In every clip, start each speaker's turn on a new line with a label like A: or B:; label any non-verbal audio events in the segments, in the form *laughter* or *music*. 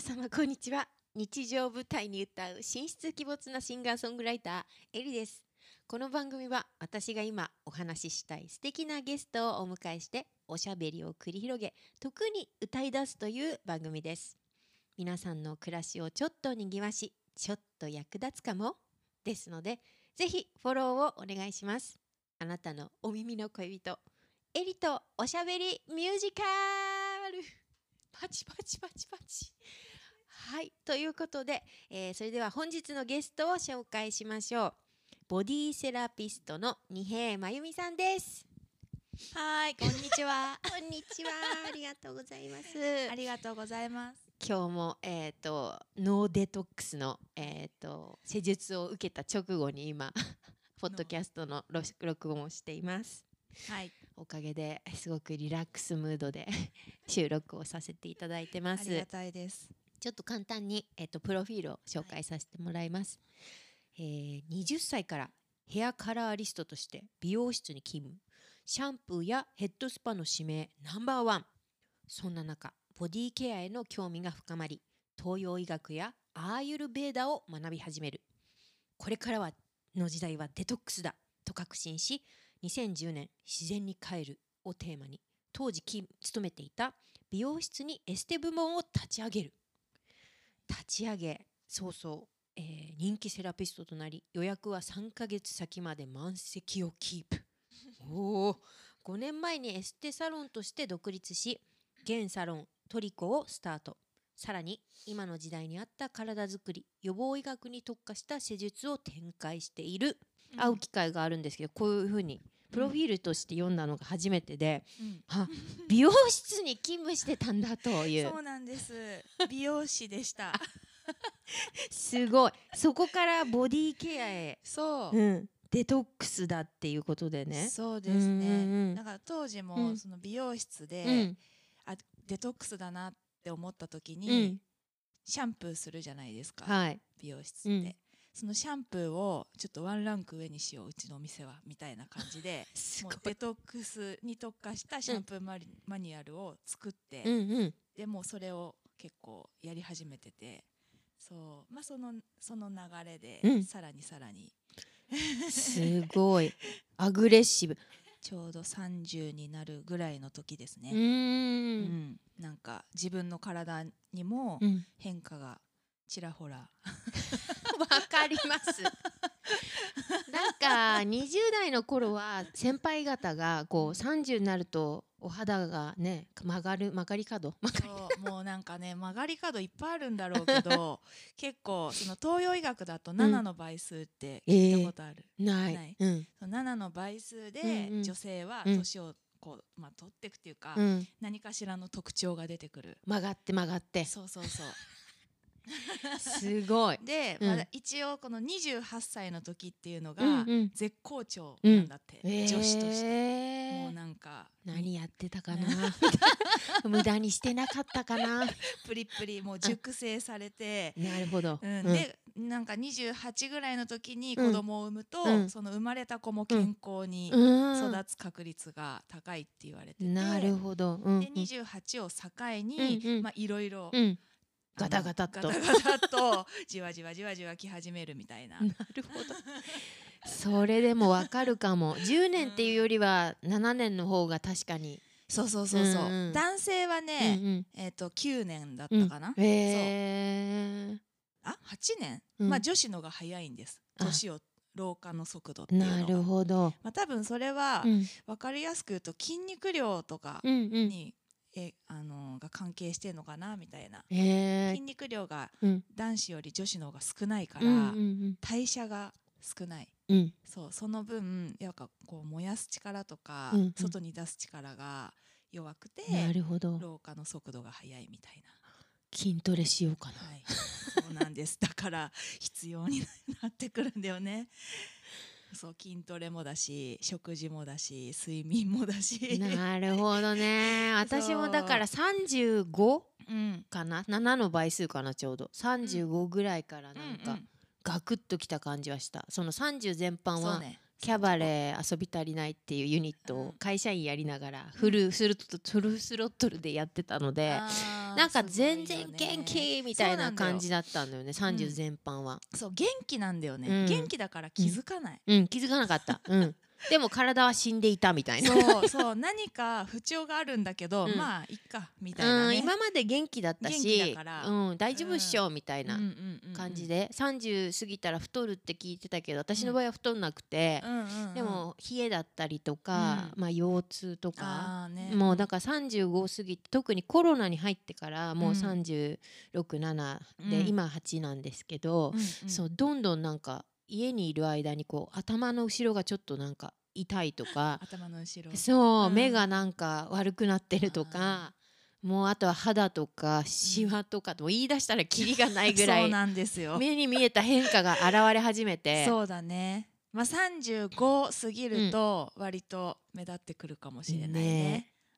A: 様こんにちは日常舞台に歌う神出鬼没なシンガーソングライターエリですこの番組は私が今お話ししたい素敵なゲストをお迎えしておしゃべりを繰り広げ特に歌い出すという番組です皆さんの暮らしをちょっとにぎわしちょっと役立つかもですのでぜひフォローをお願いしますあなたのお耳の恋人エリとおしゃべりミュージカルパチパチパチパチはいということで、えーそれでは本日のゲストを紹介しましょうボディセラピストの二平真由美さんです。
B: はい、こんにちは
A: *laughs* こんにちはありがとうございます
B: ありがとうございます。
A: 今日もえっ、とノーデトックスのえっ、と施術を受けた直後に今ポッドキャストの録録音をしています
B: はい、
A: おかげですごくリラックスムードで収録をさせていただいてま
B: あり
A: す
B: がたいです。
A: ちょっと簡単に、えっとプロフィールを紹介させてもらいます、えー20歳からヘアカラーリストとして美容室に勤務シャンプーやヘッドスパの指名ナンバーワンそんな中ボディケアへの興味が深まり東洋医学やアーユルベーダを学び始めるこれからはの時代はデトックスだと確信し2010年「自然に帰る」をテーマに当時勤勤めていた美容室にエステ部門を立ち上げる立ち上げ早々、えー人気セラピストとなり予約は3ヶ月先まで満席をキープおお5年前にエステサロンとして独立し現サロントリコをスタートさらに今の時代に合った体づくり予防医学に特化した施術を展開している、会う機会があるんですけどこういうふうにプロフィールとして読んだのが初めてで、
B: うん
A: あ美容室に勤務してたんだという
B: そうな
A: *laughs*
B: んです。美容師でした。
A: すごいそこからボディケアへ、
B: そう
A: う、ん、デトックスだっていうことでね。
B: そうで
A: う
B: す
A: んうんう
B: ね。
A: ん
B: だから当時
A: う
B: も
A: ん
B: その美容室で、
A: うん
B: デトックスだなって思った時
A: う
B: に、
A: ん、
B: シャンプーするじゃないですか。
A: はい
B: 美容室で、
A: うん。
B: そのシャンプーをちょっとワンランク上にしよううちのお店はみたいな感じで
A: す
B: も
A: ご
B: う
A: い
B: デトックスに特化したシャンプーマリマニュアルを作って、
A: うんうん
B: でもうそれを結構やり始めててそうまあそのその流れで、
A: うん
B: さらにさらに
A: すごいアグレッシブ
B: ちょうど30になるぐらいの時です
A: *laughs* う
B: ね、う
A: ーん
B: んなんか自分の体にも
A: うん
B: 変化がちらほら、 *laughs*
A: わかり *laughs* ます。なんか20代の頃は先輩方がこう30になるとお肌がね曲がる曲がり角曲がり
B: そうもうなんかね曲がり角いっぱいあるんだろう
A: *laughs*
B: けど結構その東洋医学だと7の倍数って聞いたことある、
A: ない。
B: ない
A: うん
B: その7の倍数で
A: うんうん
B: 女性は
A: うん
B: 年をこう、まあ、取っていくっていうか、
A: うん、
B: 何かしらの特徴が出てくる
A: 曲がって曲がって
B: そうそうそう
A: すごい。
B: で、
A: うん
B: まだ一応この28歳の時っていうのが
A: うんうん
B: 絶好調なんだって、女子として、
A: えー
B: もうなんか
A: 何やってたか
B: *laughs*
A: な無駄にしてなかったかな
B: プリプリもう熟成されて、
A: *laughs* なるほど、
B: うん
A: うん
B: でなんか28ぐらいの時に子供を産むと、
A: うん
B: その生まれた子も健康に
A: うん
B: 育つ確率が高いって言われてて、
A: なるほど、うんうん
B: で28を境に、
A: うんうん
B: まあいろいろ
A: うんガタガタっ
B: ガ
A: と
B: タガタっとじわじわじわじわき始めるみたいな。
A: なるほどそれでもわかるか
B: *laughs*
A: も10年っていうよりは7年の方が確かに、
B: そうそうそうそう、
A: うんうん
B: 男性は
A: う
B: ね、
A: ん
B: えっ、と9年だっ
A: うん
B: たかな、
A: うん、えー
B: あ8年、
A: うん
B: まあ女子のが早いんです
A: あ
B: 年を老化の速度っていうのが
A: なるほど、
B: まあ、多分それは
A: うん、
B: 分かりやすく言うと筋肉量とか
A: うんうん
B: に、えあのーが関係してるのかなみたいな
A: え
B: 筋
A: ー
B: 肉量が
A: うん
B: 男子より女子の方が少ないか
A: う
B: ら、
A: んうん
B: 代謝が少ない
A: うんうん
B: そうその分やっぱこう燃やす力とか、
A: うんうん
B: 外に出す力が弱くて
A: なるほど
B: 老化の速度が速いみたいな。
A: 筋トレしようかな
B: はい、そうなんです。だから必要になってくるんだよね。そう筋トレもだし、食事もだし、睡眠もだし、
A: *laughs* なるほどね
B: そう
A: 私もだから35
B: うん、
A: かな7の倍数かなちょうど35ぐらいからなん
B: う
A: か
B: ん
A: ガクッときた感じはしたその30全
B: う
A: 般
B: ん、そう
A: は
B: ね。
A: キャバレー遊び足りないっていうユニット
B: う
A: を
B: ん
A: 会社員やりながらフルスロットフルスロットルでやってたので
B: ああー
A: なんか
B: すごいよ
A: 全
B: ね
A: 然元気みたいな感じだったんだよね30全般は、
B: そう元気なんだよね、
A: うん
B: 元気だから気づかない、
A: うん、気づかなかった、うん、でも体は死んでいたみたいな
B: そうそう何か不調があるんだけど、
A: うん
B: まあいっかみたいな
A: う
B: ね、
A: ん、今まで元気だった
B: 元気
A: し
B: だから
A: うん、大丈夫っしょみたいな
B: うんうんうんうん
A: 感じ、で、30過ぎたら太るって聞いてたけど私の場合は太んなくて
B: う、んうんうん
A: でも冷えだったりとか、まあ、腰痛とか。
B: あーね
A: もうだから35過ぎて特にコロナに入ってからもううん367で、
B: うん
A: 今8なんですけど、
B: うんうん
A: そうどんどんなんか家にいる間にこう頭の後ろがちょっとなんか痛いとか
B: 頭の後ろ
A: そう、
B: うん
A: 目がなんか悪くなってるとかもうあとは肌とかシワとか、もう言い出したらキリがないぐら
B: そう
A: い
B: なんですよ
A: 目に見えた変化が現れ始めて
B: そうだねまあ35過ぎると割と目立ってくるかもしれないね,、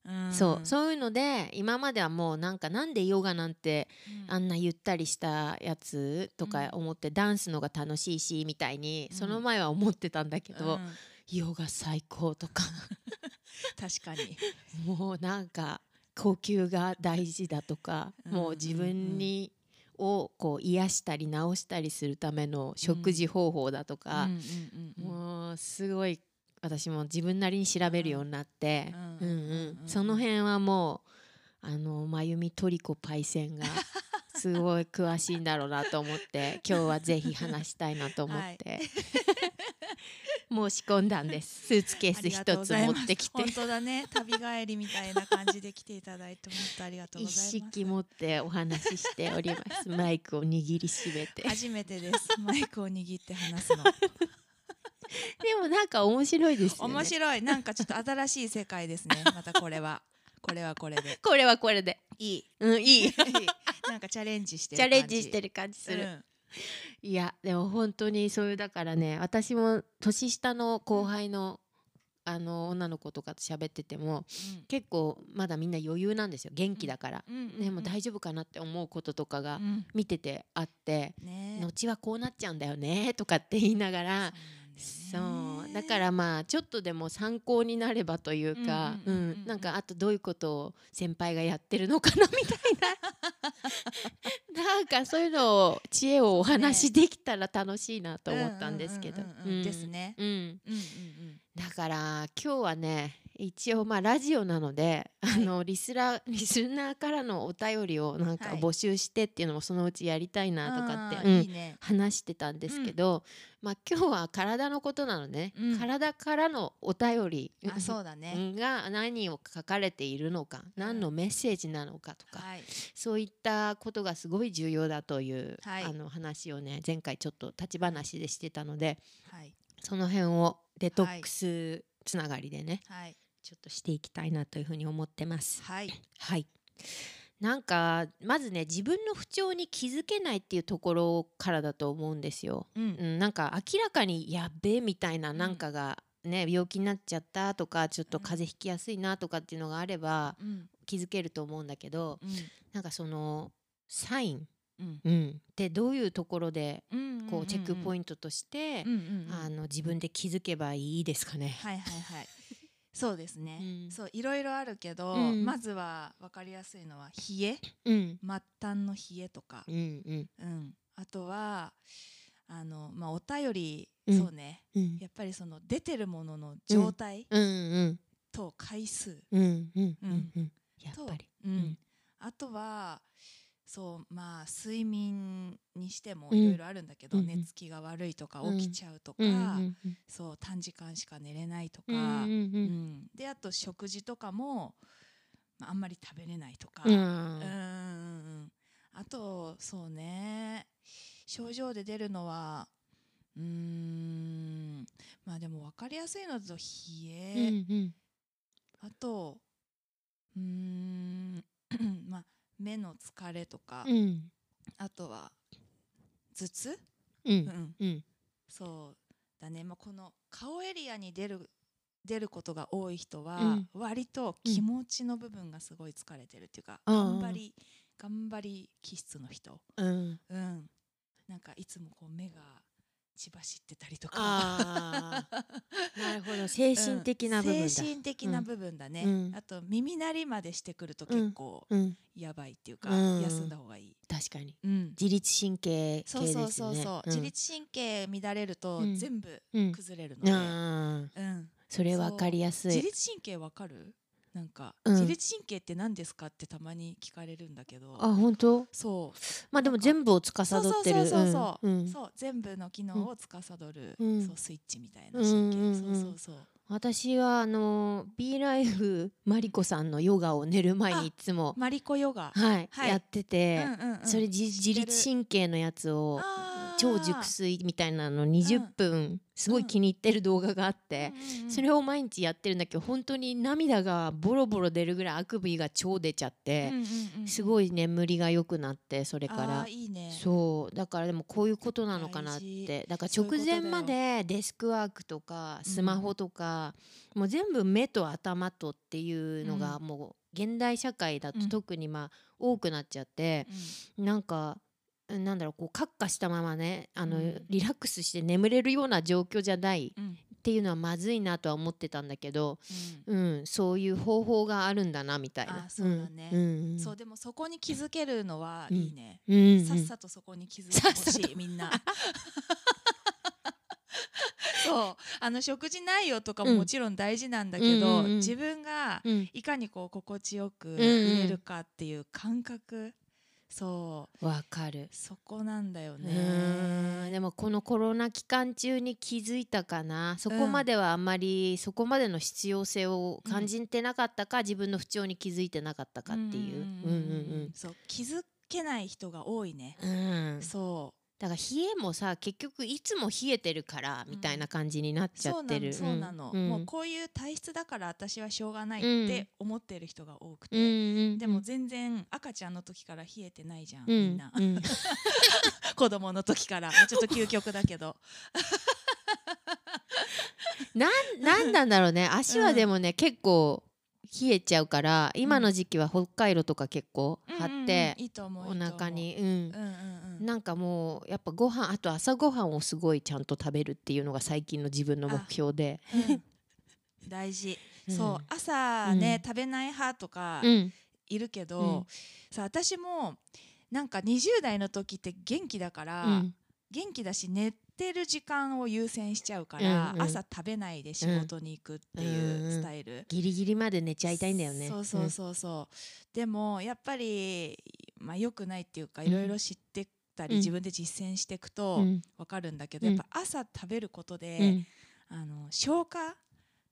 B: ん
A: そうそういうので今まではもうなんかなんでヨガなんて
B: うん
A: あんなゆったりしたやつと
B: うん
A: か思ってダンスのが楽しいしみたいに
B: うん
A: その前は思ってたんだけど、
B: うん
A: ヨガ最高と
B: *laughs*
A: か
B: 確かに
A: もうなんか呼吸が大事だとか、
B: うん
A: もう自分にをこう癒したり治したりするための食事方法だとか
B: うん、うんうんうん
A: もうすごい私も自分なりに調べるようになって、
B: う
A: うんんう
B: う
A: んん
B: うん
A: その辺はもうあの真由美トリコパイセンがすごい詳しいんだろうなと思 *laughs* って今日はぜひ話したいなと思って、 *laughs* 申し込んだんですスーツケー
B: あ
A: ス
B: り
A: 一
B: がとうご
A: つ
B: ざい
A: 持
B: ます
A: ってきて
B: 本当だね旅帰りみたいな感じで来ていただいて本当ありがとうご
A: 一
B: ざいます
A: 式持ってお話ししております *laughs* マイクを握りしめてで
B: 初めてです
A: *laughs*
B: マイクを握って話すの
A: もなんか面白いですよね
B: 面白いなんかちょっと新しい世界ですねまたこれはこれはこれで
A: *laughs* これはこれでいいうんいい
B: なんかチャレンジして
A: チャレンジして
B: る
A: る感じす
B: 感じ
A: る、いやでも本当にそういうだからね私も年下の後輩のあの女の子とかと喋ってても結構まだみんな余裕なんですよ元気だから、
B: うんうんうんうん
A: でも大丈夫かなって思うこととかが
B: うん
A: 見ててあって、
B: ね
A: 後はこうなっちゃうんだよねとかって言いながら
B: そう
A: そ
B: なん
A: う
B: よね
A: だからまあちょっとでも参考になればというか
B: う
A: うん
B: うんうんうん
A: んなんかあとどういうことを先輩がやってるのかなみたいななんかそういうのを知恵をお話しできたら楽しいなと思ったんですけど
B: うんうんうんうん
A: うん
B: ですね
A: うん
B: うんうん
A: だから今日はね一応まあラジオなので、
B: はい
A: あのリスラリスナーからのお便りをなんか
B: はい
A: 募集してっていうのもそのうちやりたいなとかって、
B: あ
A: うん
B: ーいいね
A: 話してたんですけど、まあ今日は体のことなのでね、
B: うん
A: 体からのお便り
B: あそうだね
A: うんが何を書かれているのか、何のメッセージなのかとか、
B: はい
A: そういったことがすごい重要だという、
B: はい
A: あの話をね前回ちょっと立ち話でしてたので
B: はい
A: その辺をデトックスつながりでね、
B: はい
A: ちょっとしていきたいなというふうに思ってます。
B: はい
A: はいなんかまずね自分の不調に気づけないっていうところからだと思うんですよ。
B: う
A: うんん、なんか明らかにやっべえみたいななんかが、ね病気になっちゃったとかちょっと風邪ひきやすいなとかっていうのがあれば
B: うん
A: 気づけると思うんだけど
B: うん
A: なんかそのサイン、
B: うん
A: うん、ってどういうところで
B: うん
A: こうチェックポイ
B: ン
A: ントとして、
B: うんうんうん
A: あの自分で気づけばいいですかね。
B: はいはいはいそうですね
A: うん
B: そういろいろあるけど
A: うん
B: まずはわかりやすいのは冷え
A: うん、
B: 末端の冷えとか
A: うん、うん、
B: うんあとはあのまあお便り
A: うん
B: そうね
A: うん、
B: やっぱりその出てるものの状態
A: うん、うん、
B: と回数
A: うん、うん、
B: う
A: うんん、うん、や
B: と
A: っぱり。
B: うん
A: ん
B: あとはそうまあ睡眠にしても
A: うん
B: いろいろあるんだけど、
A: うんうん
B: 寝つきが悪いとか
A: うん
B: 起きちゃうとか、
A: うん、うん、うん
B: そう短時間しか寝れないとか、
A: う
B: うん
A: ん、うん、
B: であと食事とかも、まあ、あんまり食べれないとか、
A: う
B: うん
A: ん
B: うんうんうんあとそうね症状で出るのはうーんまあでも分かりやすいのだと冷え。
A: うん、うん、
B: あとうーんまあ目の疲れとか、
A: うん、
B: あとは頭痛、
A: う
B: うん
A: ん、
B: うん、
A: うん、
B: そうだね、まあ、この顔エリアに出る出ることが多い人は、
A: うん
B: 割と気持ちの部分がすごい疲れてるっていうか、
A: ああ
B: 頑張り頑張り気質の人、
A: うん、
B: うん、なんかいつもこう目が千葉知ってたりとか。
A: あ
B: *laughs*
A: あ、なるほど、精神的な部分だ。
B: うん精神的な部分だね、
A: うん
B: あと耳鳴りまでしてくると結構
A: うん、
B: やばいっていうか、
A: うん
B: 休んだ方がいい、
A: 確かに。
B: うん、
A: 自律神経系です
B: そ
A: ね。
B: うそうそうそう、
A: ん
B: 自律神経乱れると
A: うん
B: 全部
A: うん
B: 崩れるので、うん
A: ああ、それわかりやす
B: 自
A: い。
B: 律神経わかるなんか、
A: うん
B: 自律神経って何ですかってたまに聞かれるんだけど
A: あ、本当。
B: そう
A: まあでも
B: なんか
A: 全部を司
B: そうそ
A: っ
B: う
A: て
B: そう
A: る。
B: そうそう,、
A: うんうん
B: そう全部の機能を司る、
A: うん
B: そうスイッチみたいな神経、
A: うんうんうん
B: そうそうそう
A: 私はあの B ライフマリコさんのヨガを寝る前にいつも
B: マリコヨガ、
A: はい、
B: はい
A: やって
B: う
A: て、
B: んうんうん
A: それ自
B: 知
A: 自
B: ってる
A: 律神経のやつを
B: あー
A: 超熟睡みたいなの20分、すごい気に入ってる動画があって、
B: うんうん
A: それを毎日やってるんだけど本当に涙がボロボロ出るぐらいあくびが超出ちゃっ
B: うん
A: て
B: う、んうん
A: すごい眠りが良くなってそれか
B: あ
A: ら
B: ー。いいね
A: そうだからでもこういうことなのかなっ
B: 大
A: てだから
B: そうい
A: 直
B: うことだよ
A: 前までデスクワークとかスマホとか、もう全部目と頭とっていうのが
B: う
A: もう現代社会だと
B: うん
A: 特にまあ多くなっちゃって、
B: うん
A: なんかうんなんだろうこうカッカしたままねあの、
B: うん
A: リラックスして眠れるような状況じゃない
B: うん
A: っていうのはまずいなとは思ってたんだけど、うん、そういう方法があるんだなみたいな。
B: あそうだね
A: うんうんう
B: うんんそうでもそこに気づけるのはいいね、
A: うんうん
B: さっさとそこに気づいてほ
A: さっさ
B: しいみんなそうあの食事内容とかも
A: うん
B: もちろん大事なんだけど、
A: うんうんうん
B: 自分が
A: うん
B: いかにこう心地よく
A: んうん
B: 入れるかっていう感覚、そう
A: わかる。
B: そこなんだよ
A: うーん
B: ね
A: でもこのコロナ期間中に気づいたかなそこまではあんまりそこまでの必要性を感じてなかったか、自分の不調に気づいてなかったかっていう。うん
B: ん
A: うん
B: んんそう気づけない人が多いね、
A: うんうん
B: そ
A: だから冷えもさ結局いつも冷えてるからみたいな感じになっ
B: う
A: ちゃ
B: そう
A: っ
B: な
A: て
B: の
A: る。
B: そうなの、
A: ん
B: もうこういう体質だから私はしょうがない
A: うん
B: って思ってる人が多くて、
A: うんうん
B: でも全然赤ちゃんの時から冷えてないじゃん、
A: う
B: みん
A: ん
B: な、 *laughs*
A: うん
B: 子供の時からまあちょっと究極だけど
A: なんなんなんだろうね足はでもね、結構冷えちゃうから今の時期は北海道とか結構 *laughs* 張
B: うんうんう
A: っ
B: ん
A: て、
B: いいと思う
A: お腹、にうん
B: いいと思ううんうんうん、
A: なんかもうやっぱご飯あと朝ご飯をすごいちゃんと食べるっていうのが最近の自分の目標で。 *laughs*
B: うん大事、そう朝ね、食べない派とか
A: うん、うん
B: いるけど、
A: うん
B: さ私もなんか20代の時って元気だから、
A: うん
B: 元気だし寝てる時間を優先しちゃうから、
A: うんうん
B: 朝食べないで仕事に行くっていうスタイル、
A: ギリギリまで寝ちゃいたいんだよね。
B: そうそうそうそう、でもやっぱりまあ良くないっていうかいろいろ知ってたり、
A: うん
B: 自分で実践していくと
A: うん。うん
B: わかるんだけど、
A: うん
B: やっぱ朝食べることで、
A: うん
B: あの消化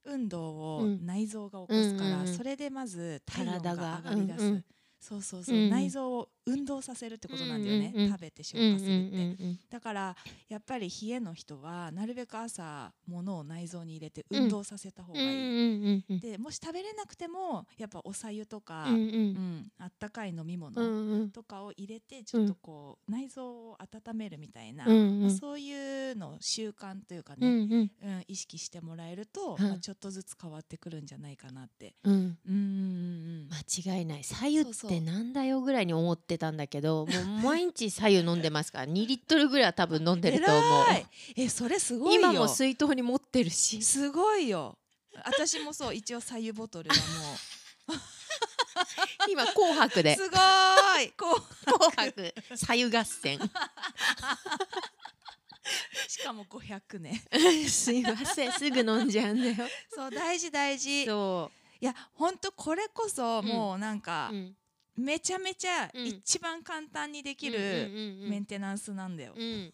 B: 運動を
A: うん
B: 内臓が起こすか
A: う
B: ら、
A: んうんうん
B: それでまず体温
A: 体
B: が
A: が
B: 上がりだす、
A: うんうん
B: そうそうそう、
A: うん
B: 内臓を運動させるってことなんだよね、
A: うんうんうん
B: 食べて消
A: うん
B: 化
A: う
B: する
A: ん
B: って、
A: うん
B: だからやっぱり冷えの人はなるべく朝物を内臓に入れて運動させた方が
A: う
B: い
A: ん
B: い、
A: うんうんうん
B: でもし食べれなくてもやっぱおさゆとか、
A: う
B: うん
A: んうん
B: あったかい飲み
A: う
B: 物
A: んうん
B: とかを入れてちょっとこう、内臓を温めるみたいな、
A: うん
B: ま
A: う
B: あ
A: ん
B: そういうのを習慣というか
A: う
B: ね、
A: んうん
B: うん意識してもらえると、
A: うん
B: まあ、ちょっとずつ変わってくるんじゃないかなって。
A: うん
B: うんうん
A: 間違いない左右
B: そう
A: っ
B: そう
A: てなんだよぐらいに思ってたんだけどもう毎日左右飲んでますから2リットルぐらいは多分飲んでると思う
B: 偉いえそれすごいよ
A: 今も水筒に持ってるし
B: すごいよ私もそう一応左右ボトルはもう
A: *laughs* 今紅白です
B: ごーいこう
A: *laughs* 紅白左右合戦
B: しかも500ね
A: *laughs*
B: *laughs*
A: すいませんすぐ飲んじゃうんだよ
B: そう大事大事い
A: そ
B: やほんとこれこそもうなん
A: う
B: か、
A: ん
B: めちゃめちゃ
A: うん
B: 一番簡単にでき
A: うん
B: る
A: うんうん
B: メンテナンスなんだよ。
A: うん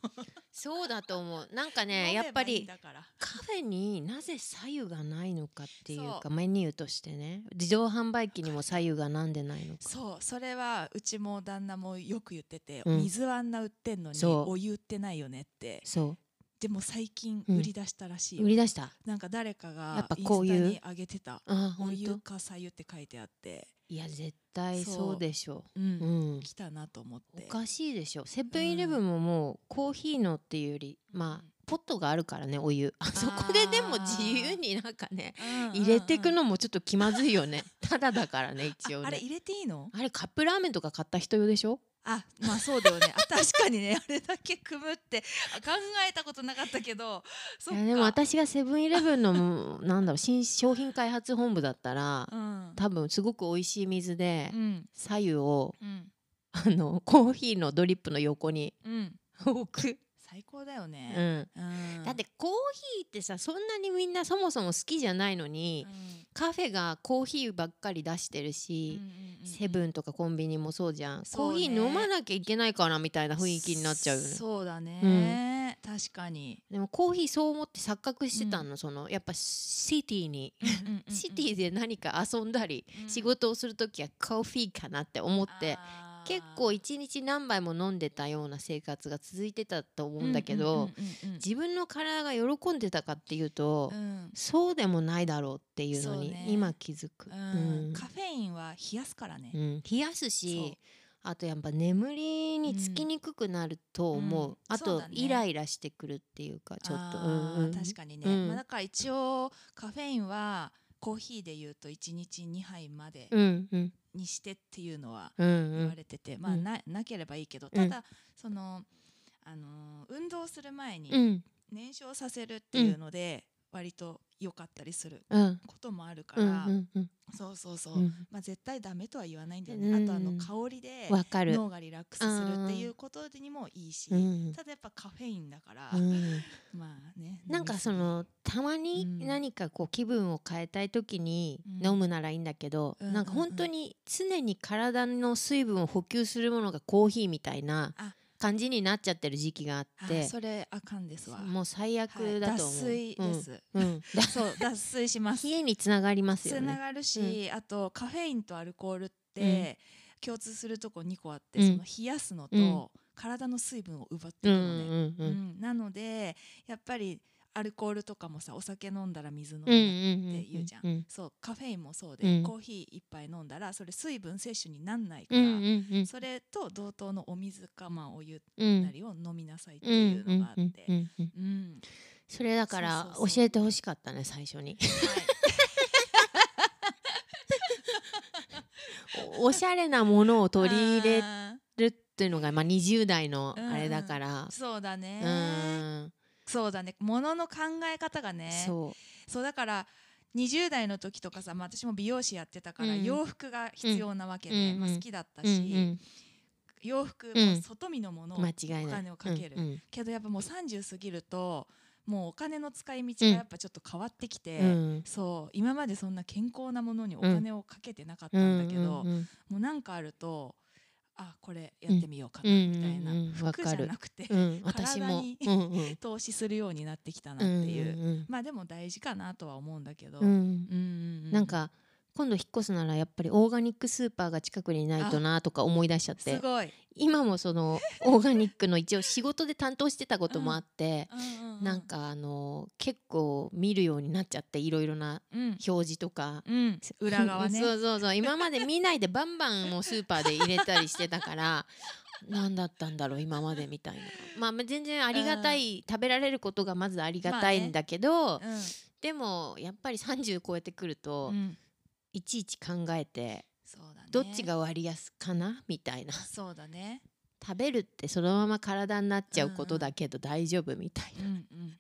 A: そうだと思うなんか *laughs*
B: 飲
A: ね
B: めば
A: やっぱ
B: いいん
A: り
B: だから
A: カフェになぜ左右がないのかっていう
B: そ
A: かメニューとしてね自動販売機にも左右がなんでないのか
B: そうそれはうちも旦那もよく言ってて、
A: うん
B: 水はあんな売ってんのに
A: そう
B: お湯売ってないよねって
A: そ
B: でも最近
A: うん
B: 売り出したらしいよ、
A: う売り出した
B: なんか誰か
A: や
B: が
A: っぱ
B: イン
A: こう
B: スタ
A: いう
B: に上げてた
A: あ
B: 「お
A: 本
B: 湯
A: 当
B: かさ湯」って書いてあって、
A: いや絶対そうでしょ
B: う
A: う、
B: ん
A: うん、
B: 来たなと思っ
A: お
B: て。
A: かしいでしょセブンイレブンももうコーヒーのっていうよりまあポットがあるからねお湯あそこででも自由になんかね入れてく
B: の
A: のもちょっと気まずいよねただだからね一応
B: あれ
A: ね
B: 入れていいの
A: あれカップラーメンとか買った人用でしょ
B: あまあそうだよねあ確かに
A: *laughs*
B: ねあれだけ組むってあ考えたことなかったけどそっ
A: い
B: か
A: やでも私がセブンイレブンの *laughs* もうなんだろう新商品開発本部だったら
B: うん
A: 多分すごく美味しい水で
B: うん
A: 左右を
B: うん
A: あのコーヒーのドリップの横に
B: うん
A: 置く、
B: 最高だよ
A: う
B: ね、
A: ん、
B: うん
A: だってコーヒーってさそんなにみんなそもそも好きじゃないのに、
B: うん
A: カフェがコーヒーばっかり出してるし、セブンとかコンビニもそうじゃん、コ
B: そ
A: ー
B: うね
A: ヒー飲まなきゃいけないかなみたいな雰囲気になっちゃうよね
B: そうだね、確かに
A: でもコーヒーそう思って錯覚してたの、そのやっぱシティに、シティで何か遊んだり、仕事をする時はコーヒーかなって思って結構一日何杯も飲んでたような生活が続いてたと思うんだけど、自分の体が喜んでたかっていうと、そうでもないだろうっていうの
B: そう
A: に
B: ね
A: 今気づく、うん
B: カフェインは冷やすからね、
A: うん冷やすしあとやっぱ眠りにつきにくくなると思う、
B: うん
A: あ
B: そう
A: と
B: だね
A: イライラしてくるっていうかちょっと、
B: あー
A: うんうん
B: 確かにね、
A: うん
B: まあ、だから一応カフェインはコーヒーでいうと1日2杯まで
A: うんうん
B: にしてっていうのは
A: うんう
B: 言わ
A: ん
B: れてて、まあ
A: うん
B: ななければいいけど
A: う
B: た
A: ん
B: だその、あのー運動する前
A: う
B: に
A: ん
B: 燃焼させるっていうので割と良かったりする
A: うん
B: こともあるか
A: う
B: ら、
A: んうん
B: そうそうそう、
A: うん
B: まあ、絶対ダメとは言わないんだよね、あとあの
A: うん
B: 香りで
A: わかる、
B: 脳がリラックスするっていうことにもいいし、
A: うん
B: ただやっぱカフェインだから、
A: うん、
B: まあね
A: なんかそのたまに何かこう気分を変えたい時に
B: うん
A: 飲むならいいんだけど、
B: うん
A: なんか本当に常に体の水分を補給するものがコーヒーみたいな
B: あ
A: 感じになっちゃってる時期があっ
B: あ
A: て
B: それあかんですわ
A: もう最
B: はい
A: 悪だ
B: 脱
A: と思う、
B: 水です、
A: うん、うん、だ
B: そう脱水
A: *laughs*
B: します
A: 冷えにつながりますよ
B: つな
A: ね。
B: がるし、あとカフェインとアルコールって、共通するとこ2個あって、
A: うん
B: その冷やすのと、
A: うん
B: 体の水分を奪っていく
A: う
B: の
A: ん
B: ね、
A: うんう
B: うんんなのでやっぱりアルコールとかもさお酒飲んだら水飲む、
A: うんうんうん
B: って言うじゃん
A: うん
B: そうカフェインもそうで、
A: うん
B: コーヒー一杯飲んだらそれ水分摂取になんないか
A: う
B: ら、
A: んうん
B: それと同等のお水か、まあ、お湯
A: うん
B: なりを飲みなさいって
A: うんうん
B: いうのがあって、うん
A: うんうんうんそれだから
B: そうそうそう
A: 教えてほしかったね最初におお *laughs* しゃれなものを
B: は
A: *laughs*
B: い
A: 取り入れ
B: あ
A: るっていうのが、まあ、20代のあれだから
B: ーそうだ
A: う
B: ね、
A: ーん
B: そうだねものの考え方がねそう
A: そ
B: だから20代の時とかさ、まあ、私も美容師やってたから、
A: うん
B: 洋服が必要なわけで、
A: うん
B: まあ、好きだった
A: う、う
B: し、
A: ん
B: 洋服
A: う
B: も
A: ん
B: 外見のもの
A: うん、間違いない
B: お金をかける
A: うん
B: けどやっぱもう30過ぎるともうお金の使い道がやっぱちょっと変わってきて、
A: うんうん
B: そう今までそんな健康なものにお金をかけてなかったんだけど、
A: うんうん
B: もうなんかあるとあこれやってみようかな
A: うん
B: みたいな、
A: うんうんうんわ
B: 服
A: か
B: じ
A: る
B: ゃなくて、
A: うんうん、私
B: 体
A: も、
B: に
A: うんうん、
B: 投資するようになってきたなっていう。
A: んん
B: まあでも大事かなとは思うんだけど、
A: うんうん
B: うんうんう
A: なんか今度引っ越すならやっぱりオーガニックスーパーが近くにないとなとか思い出しちゃっ
B: す
A: て
B: ごい、
A: 今もそ
B: *laughs*
A: のオーガニックの一応仕事で担当してたこともあって、
B: うんうう
A: なん、かあの結構見るようになっちゃっていろいろな
B: うん
A: 表示とか。
B: うん、 *laughs* 裏側
A: *laughs*
B: ね
A: そうそうそう今まで見ないでバンバンもうスーパーで入れたりしてたから *laughs* 何だったんだろう今までみたいなまあ全然ありがたい、食べられることがまずありがたいんだけど、
B: うん
A: でもやっぱり30超えてくると、
B: うん
A: いちいち考えて
B: そうだね
A: どっちが割安かなみたいな
B: そうだね
A: 食べるってそのまま体になっちゃうことだけど大丈夫みたい
B: うん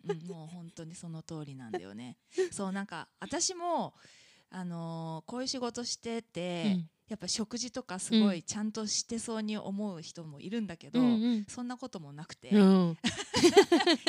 B: うんうんもう本当にその通りなんだ
A: *laughs*
B: よねそうなんか私もあのーこういう仕事してて、
A: な。うん
B: やっぱ食事とかすごいちゃんとしてそうに思う人もいるんだけど、
A: うん
B: そんなこともなくて、
A: うん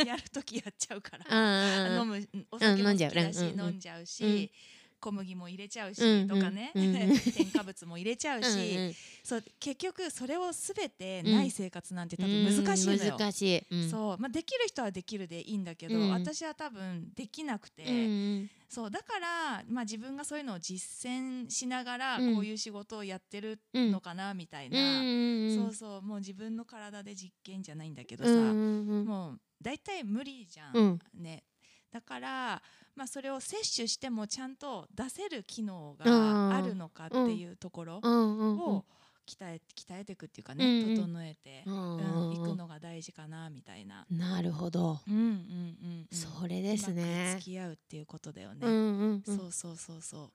B: やる時やっちゃうから
A: あ
B: 飲むうんお酒も
A: 飲
B: 好
A: ん
B: き
A: じゃう
B: だし、
A: うんうん
B: 飲んじゃうし、
A: うん
B: 小麦も入れちゃうし、
A: うん
B: とかね、
A: うんうん
B: *laughs* 添加物も入れちゃうし、そう結局それをすべてない生活なんて多分難しいのよ。
A: 難しい。うん
B: そうまあ、できる人はできるでいいんだけど、
A: うん
B: 私は多分できなくて、
A: うん
B: そうだから、まあ、自分がそういうのを実践しながらこ
A: うん
B: ういう仕事をやってる
A: うん
B: のかなみたい
A: うん
B: な、
A: うん
B: そうそうもう自分の体で実験じゃないんだけど
A: う
B: さ、
A: んうん
B: もう大体無理じゃん、
A: うん
B: ねだから、まあ、それを摂取してもちゃんと出せる機能
A: うん
B: があるのかっていうところ
A: うんうんうん
B: を鍛え鍛えていくっていうかね、
A: うんうん
B: 整えて
A: う、
B: うんん
A: うん
B: い
A: うん
B: くのが大事かなみたいな。
A: なるほど。
B: うんうんうんうん、
A: それです
B: うまく
A: ね
B: 付。き合うっていうことだよね。
A: うんうんうん
B: そうそうそうそう。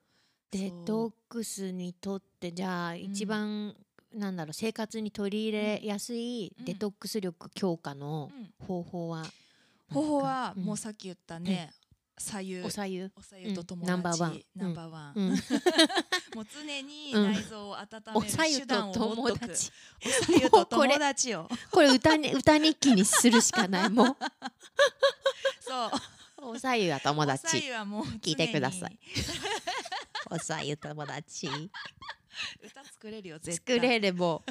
A: デ
B: そう
A: トックスにとってじゃあ一番なんだろう生活に取り入れやすい
B: うん
A: デトックス力強化の
B: うん
A: 方法は、
B: 方法は
A: うん
B: もうさっき言ったね、左右
A: おさゆ、
B: おさゆと友
A: うんナンバーワ
B: 達
A: ン
B: ナンバーワン、
A: うん、
B: もう常に
A: うん
B: 内臓を温
A: お
B: める
A: さゆ
B: 手段
A: と
B: を持っ
A: 友
B: とく、
A: 達
B: おさ
A: も
B: ゆと
A: うこれ
B: 友達を
A: これ歌に歌日記にするしかないも *laughs*
B: そ
A: う
B: う
A: おさゆや友
B: おさ
A: 達
B: ゆはもう常に
A: 聞いてくださいおさゆ友達
B: 歌作れるよ絶対
A: 作れれば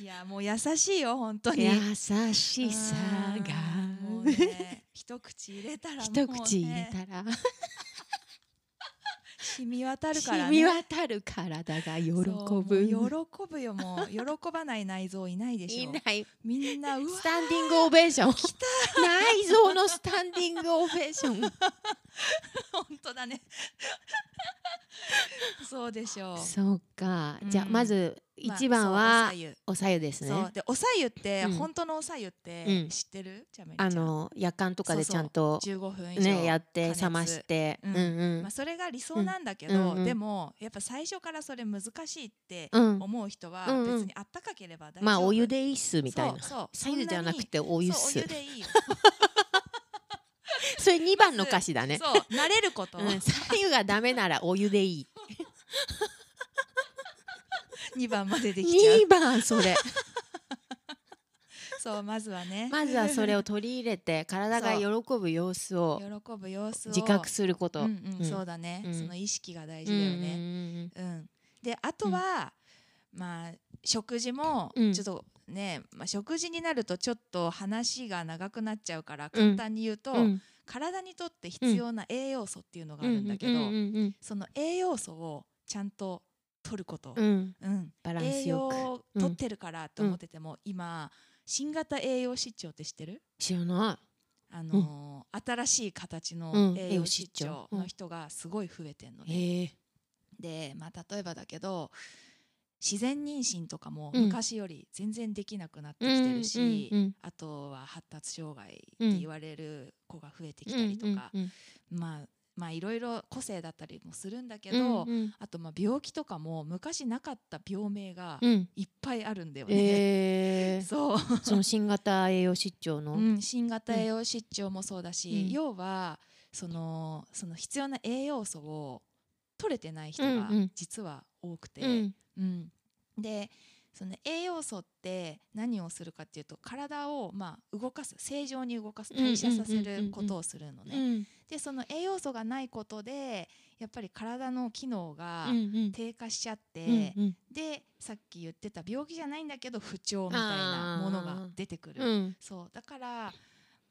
B: いやもう優しいよ本当に
A: 優しさ
B: うんもう
A: が
B: ね一口入れたらもう、ね、
A: 一口入れたら
B: 染み渡るから
A: 染
B: ね
A: み渡る体が喜
B: そう
A: ぶ
B: もう喜ぶよも
A: *laughs*
B: う喜ばない内臓いないでし
A: い
B: ょ
A: ない
B: みんなうわ
A: スタンディングオベーション内臓のスタンディングオベーショ
B: *laughs*
A: ン
B: 本
A: *laughs*
B: 当だねそうでしょう
A: そうかじゃあ
B: うん
A: まず
B: まあ
A: 一番
B: そうお
A: は
B: さゆ
A: おさゆです
B: そう
A: ね
B: でおさゆって、
A: うん
B: 本当のおさゆっ
A: う
B: て
A: ん
B: 知ってる、じゃあめりちゃ
A: あ
B: ん
A: の夜間とかでち
B: そうそう
A: ゃんと
B: 15分以上、
A: ねやって
B: 加熱
A: 冷ましてう
B: うんん
A: うん
B: まあ、それが理想なんだけど、
A: うんうん
B: でもやっぱ最初からそれ難しいって
A: うん
B: 思う人は
A: うんうん
B: 別にあったかければ大丈夫、
A: まあお湯でいいっすみたいな
B: そうそう
A: さゆではなくて
B: そ
A: お
B: んに
A: 湯っ
B: そうお
A: す
B: 湯でいいよ
A: *laughs* それ2番の歌詞だね
B: そう慣れること、
A: うんさゆがダメならお湯でいい
B: 2番までできち
A: *laughs*
B: ゃう
A: 2番それ
B: そうまずはね
A: まずはそれを取り入れて体が喜ぶ様子を
B: *laughs* 喜ぶ様子を
A: 自覚すること。
B: う
A: うん
B: うん
A: うん
B: そうだね、
A: うん
B: その意識が
A: ん
B: 大
A: う
B: 事
A: ん
B: だ
A: う
B: よね
A: ん
B: うん、であとは、まあ食事も
A: うん
B: ちょっとね、まあ、食事になるとちょっと話が長くなっちゃうから
A: うん
B: 簡単に言うと、
A: うん
B: 体にとって必要な栄養素っていうのがあるんだけど、
A: うんうんうん
B: その栄養素をちゃんと取ること、
A: うんうん
B: うん
A: バラン
B: 栄
A: ス
B: 養
A: よく
B: を取ってるからと思ってても、今新型栄養失調って知ってる
A: 知らな
B: あのー新しい形
A: う
B: の
A: ん
B: 栄養失調
A: うん
B: の人がすごい増えてんのね。
A: い。ええ
B: で、まあ、例えばだけど自然妊娠とかも
A: うん
B: 昔より全然できなくなってきてるし、
A: うんうんうん
B: あとは発達障害って言われる子が増えてきたりとか、
A: うんうん
B: まあまあいろいろ個性だったりもするんだけ
A: う
B: ど、
A: んうん
B: あとまあ病気とかも昔なかった病名が
A: うん
B: いっぱいあるんだよね。
A: ええ
B: そう
A: その新型栄養失調の。
B: うん、新型栄養失調もそうだし、
A: うん
B: 要はそのその必要な栄養素を取れてない人が
A: うんうん
B: 実は多くて、
A: う
B: うん
A: ん
B: でその栄養素って何をするかっていうと体をまあ動かす正常に動かす
A: うんうんうんうん
B: 代謝させることをするの
A: うん
B: ね。でその栄養素がないことでやっぱり体の機能が
A: うんうん
B: 低下しちゃって、
A: うんうん
B: でさっき言ってた病気じゃないんだけど不調みたいなものが出てくる。
A: うん
B: そうだから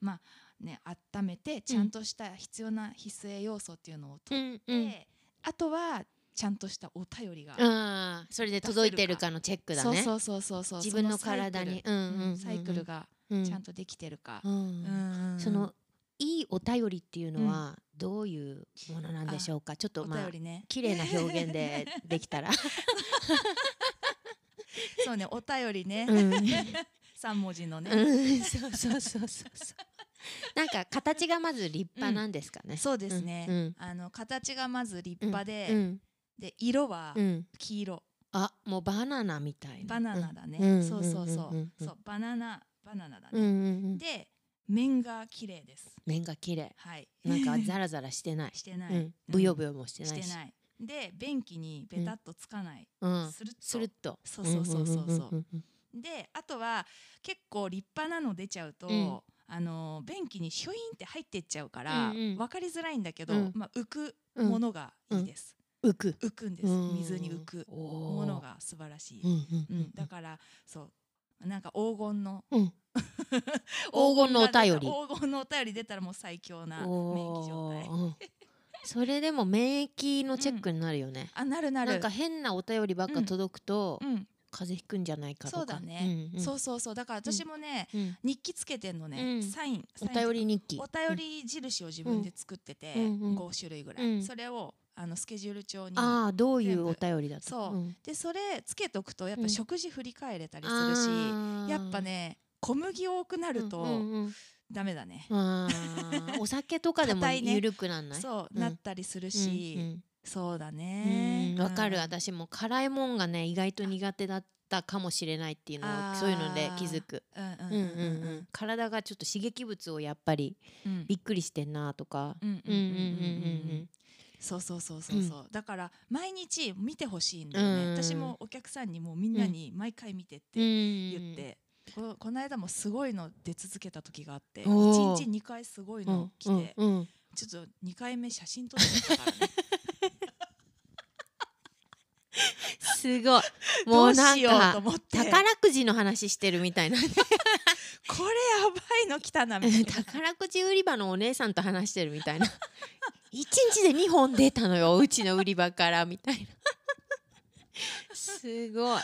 B: まあね温めてちゃんとした必要な必須栄養素っていうのを
A: う
B: 取っ
A: ん
B: て、
A: うん
B: あとはちゃんとしたお便りが、
A: あーそれで届いてるかのチェックだ
B: そう
A: ね。
B: そうそうそうそう
A: 自分の
B: そサイクル
A: 体に
B: う
A: うんうんうんうん
B: んサイクルが
A: うん
B: ちゃんとできてるか、
A: うん
B: うん
A: そのいいお便りっていうのはどういうものなんでしょうか。ちょっ
B: お
A: とまあ
B: 便りね、
A: 綺麗な表現でできた *laughs* ら。
B: *laughs* そうねお便りね、
A: うん
B: 三文字のね、
A: うんそうそうそうそうそう。なんか形がまず立派なんですかね。
B: そうですね、
A: うんうん
B: あの形がまず立派で、
A: うん
B: で色は
A: うん。
B: 黄色、
A: あもうバナナみたいな。
B: バナナだね、
A: うん
B: そうそうそう,、
A: うんうんうんうん
B: そうバナナバナナだね、
A: うんうんうん。
B: で面が綺麗です
A: 麺が綺麗。
B: はい。
A: なんかザラザラして *laughs* ない
B: *laughs* してな
A: う
B: い
A: ん。ブヨブヨもして
B: し
A: な
B: て
A: いし。
B: ないで便器にベタっとつかない
A: うん。
B: するっと
A: するっと。
B: そうそうそうそうそ
A: んんんんん。
B: うであとは結構立派なの出ちゃうと
A: うん
B: あのー便器にひょいんって入ってっちゃうから
A: うんうん
B: 分かりづらいんだけど
A: うん
B: まあ浮く
A: うん
B: ものがいいです
A: 浮く。
B: 浮くんです
A: うん
B: 水に浮くも
A: も
B: の。が素晴らし
A: うん
B: い
A: うんう
B: うん
A: ん。
B: だからそうなんか黄金の
A: うん。黄金のお便り
B: 黄金のお便り出たらもう最強な免疫状態
A: おー *laughs* うんそれでも免疫のチェックになるよね。
B: あなるな
A: な
B: る
A: んか変なお便りばっか届くと、
B: うん
A: 風邪ひくんじゃないかとか。
B: そうだね
A: うんうん
B: そうそうそうだから私もね
A: うん
B: 日記つけてんの
A: う
B: ね、
A: ん
B: サイン
A: お便り
B: に
A: 日記。
B: お便り印を自分で作ってて、
A: うんうん
B: 5種類ぐらい、
A: うん
B: それをあのスケジュール帳に
A: ああどういう
B: 全部
A: お便りだと
B: そう
A: うん
B: でそれつけとくとやっ
A: う
B: ぱ
A: ん
B: 食事振り返れたりするし、
A: あー
B: やっぱね小麦多くなる
A: うん
B: と
A: うんうん
B: ダメだね、 *laughs*
A: あーお酒とかでも
B: 硬いね
A: 緩くなんない
B: そう、
A: うん
B: なったりするし、
A: うんうん
B: そうだ
A: うん
B: ね
A: わかる
B: うん
A: 私も辛いもんがね意外と苦手だったかもしれないっていうの
B: あ
A: を
B: ー
A: そういうので気づく、
B: うん
A: うう
B: うんんうんん
A: うん体がちょっと刺激物をやっぱり
B: うんうん
A: びっくりしてんなとか
B: うん
A: うん
B: うんうん
A: う
B: うんう
A: んんうん
B: そうそうそうそうそう、だから毎日見てほしいんだよ
A: うん
B: ね、私もお客さんにもうみんなに毎回見てっ
A: うんう
B: て
A: ん
B: 言って、ここの間もすごいの出続けた時があって
A: おー
B: 1日2回すごい
A: うん
B: の来て、
A: うんうん
B: ちょっと2回目写真撮ってたからね
A: すごい *laughs*
B: *laughs*
A: も
B: ど
A: う
B: う
A: な
B: し
A: ん
B: ようと
A: か
B: 思ってこれや
A: 宝くじの話してるみたい
B: *laughs*
A: な
B: ばいの来たなみたいな
A: 宝くじ売り場のお姉さんと話してるみたいな *laughs* 一日で2本出たのようちの売り場からみたいなすごい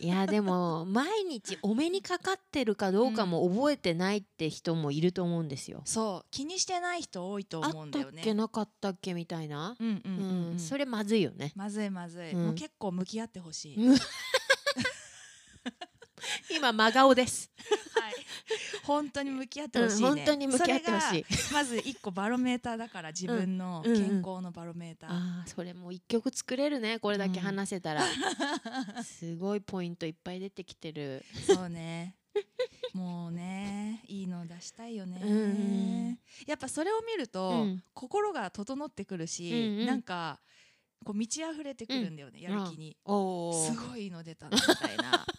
A: いやでも毎日お目にかかってるかどうかも覚えてないって人もいると思うんですよ、
B: そう気にしてない人多いと
A: あ
B: 思うん
A: っ
B: だ
A: たっ
B: よね
A: けなかったっけみたいな、
B: うんう
A: う
B: んうんん、うん、
A: それまずいよ
B: *laughs*
A: ね
B: まずいまずい、
A: うん
B: もう結構向き合ってほしい、
A: うん今真顔です、
B: はい、本当に向き合って
A: う
B: ほ
A: ん
B: しい、ね
A: 本当に向き合ってほしい
B: それがまず一個バロメーターだから自分の
A: うんうん
B: 健康のバロメーター、
A: *laughs* あーそれもう一曲作れるねこれだけ話せたら、すごいポイントいっぱい出てきてる
B: そうねもうねいいの出したいよね、
A: うんうん
B: やっぱそれを見ると、
A: うん
B: 心が整ってくるし、
A: うんうん
B: なんかこう満ち溢れてくるんだよね、やる気に
A: お
B: すごいの出たなみたいな *laughs*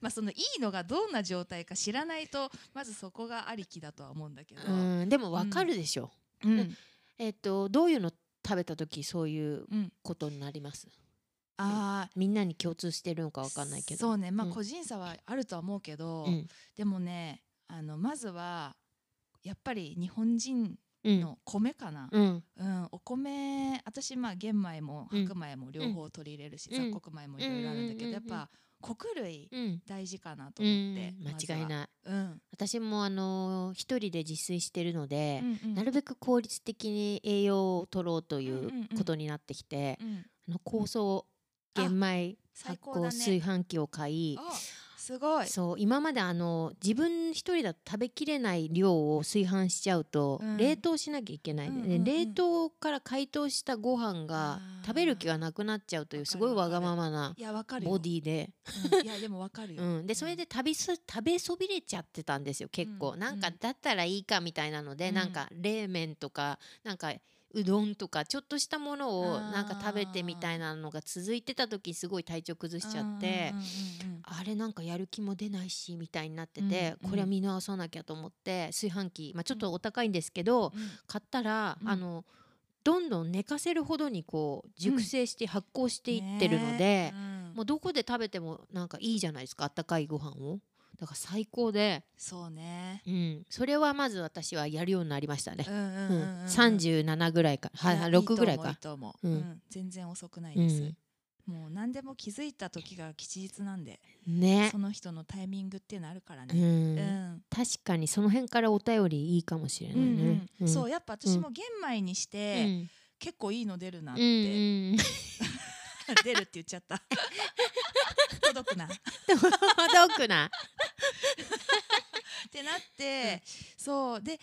B: まあそのいいのがどんな状態か知らないとまずそこがありきだとは思うんだけど、
A: うん、でもわかるでしょ、
B: うん
A: えっとどういうの食べた時そういう
B: うん
A: ことになります
B: あー
A: みんなに共通してるのかわかんないけど
B: そうねまあ
A: うん
B: 個人差はあるとは思うけど、
A: うん
B: でもねあのまずはやっぱり日本人
A: うん
B: の米かな、
A: うん
B: うんお米私まあ玄米も
A: うん
B: 白米も両方取り入れるし、
A: うん
B: 雑穀米もいろいろあるんだけど、
A: うん
B: やっぱ穀類
A: うん
B: 大事かなと
A: う
B: 思
A: ん
B: って、
A: 間違い
B: い、
A: ない
B: うん
A: 私もあのー一人で自炊してるので、
B: うんうん
A: なるべく効率的に栄養を取ろうとい
B: んうん
A: う
B: うん
A: ことになってきて、
B: うん
A: あの酵素玄米
B: 最
A: 発
B: 高だ
A: 酵
B: ね
A: 炊飯器を買い、
B: あすごい
A: そう今まであの自分一人だと食べきれない量を炊飯しちゃうと、
B: うん
A: 冷凍しなきゃいけないんで、ね
B: うんうんうん
A: 冷凍から解凍したご飯が
B: あー
A: 食べる気がなくなっちゃうという
B: わかる
A: すごいわがままない
B: やわかるよ
A: ボディで、
B: うんいやでもわかるよ、
A: うん、でそれで食べそ食べそびれちゃってたんですよ結構、
B: うん
A: なんか
B: うん
A: だったらいいかみたいなので、
B: うん
A: なんか冷麺とかなんかうどんとかちょっとしたものをなんか食べてみたいなのが続いてた時すごい体調崩しちゃって。
B: うんうんうんうん
A: あれなんかやる気も出ないしみたいになってて、
B: うん
A: これは見直さなきゃと思って炊飯器、まあ、ちょっとお高いんですけど、
B: うん
A: 買ったら、
B: うん
A: あのどんどん寝かせるほどにこう熟成して発酵していってるので、
B: ねうん
A: もうどこで食べてもなんかいいじゃないですかあったかいご飯を。だから最高で、
B: そうね
A: うん、それはまず私はやるようになりましたね。
B: うんう
A: うん
B: んうんうん
A: 37ぐらいか、はいい、
B: や
A: 6ぐらいか。
B: いと思う
A: う
B: い
A: ん
B: いと思ううん全然遅くないですもう何でも気づいた時が吉日なんで
A: うん、ね
B: そ、の人のタイミングっていうのあるから
A: う
B: ねうんん
A: 確かにその辺からお便りいいかもしれ
B: う
A: ないね。
B: んうんそううやっぱ私も玄米にし
A: う
B: て
A: ん
B: 結構いいの出るなっ
A: うんうんう
B: て
A: ん、
B: *laughs* 出るって言っちゃった届くなっ
A: 届くな。
B: てなってそうで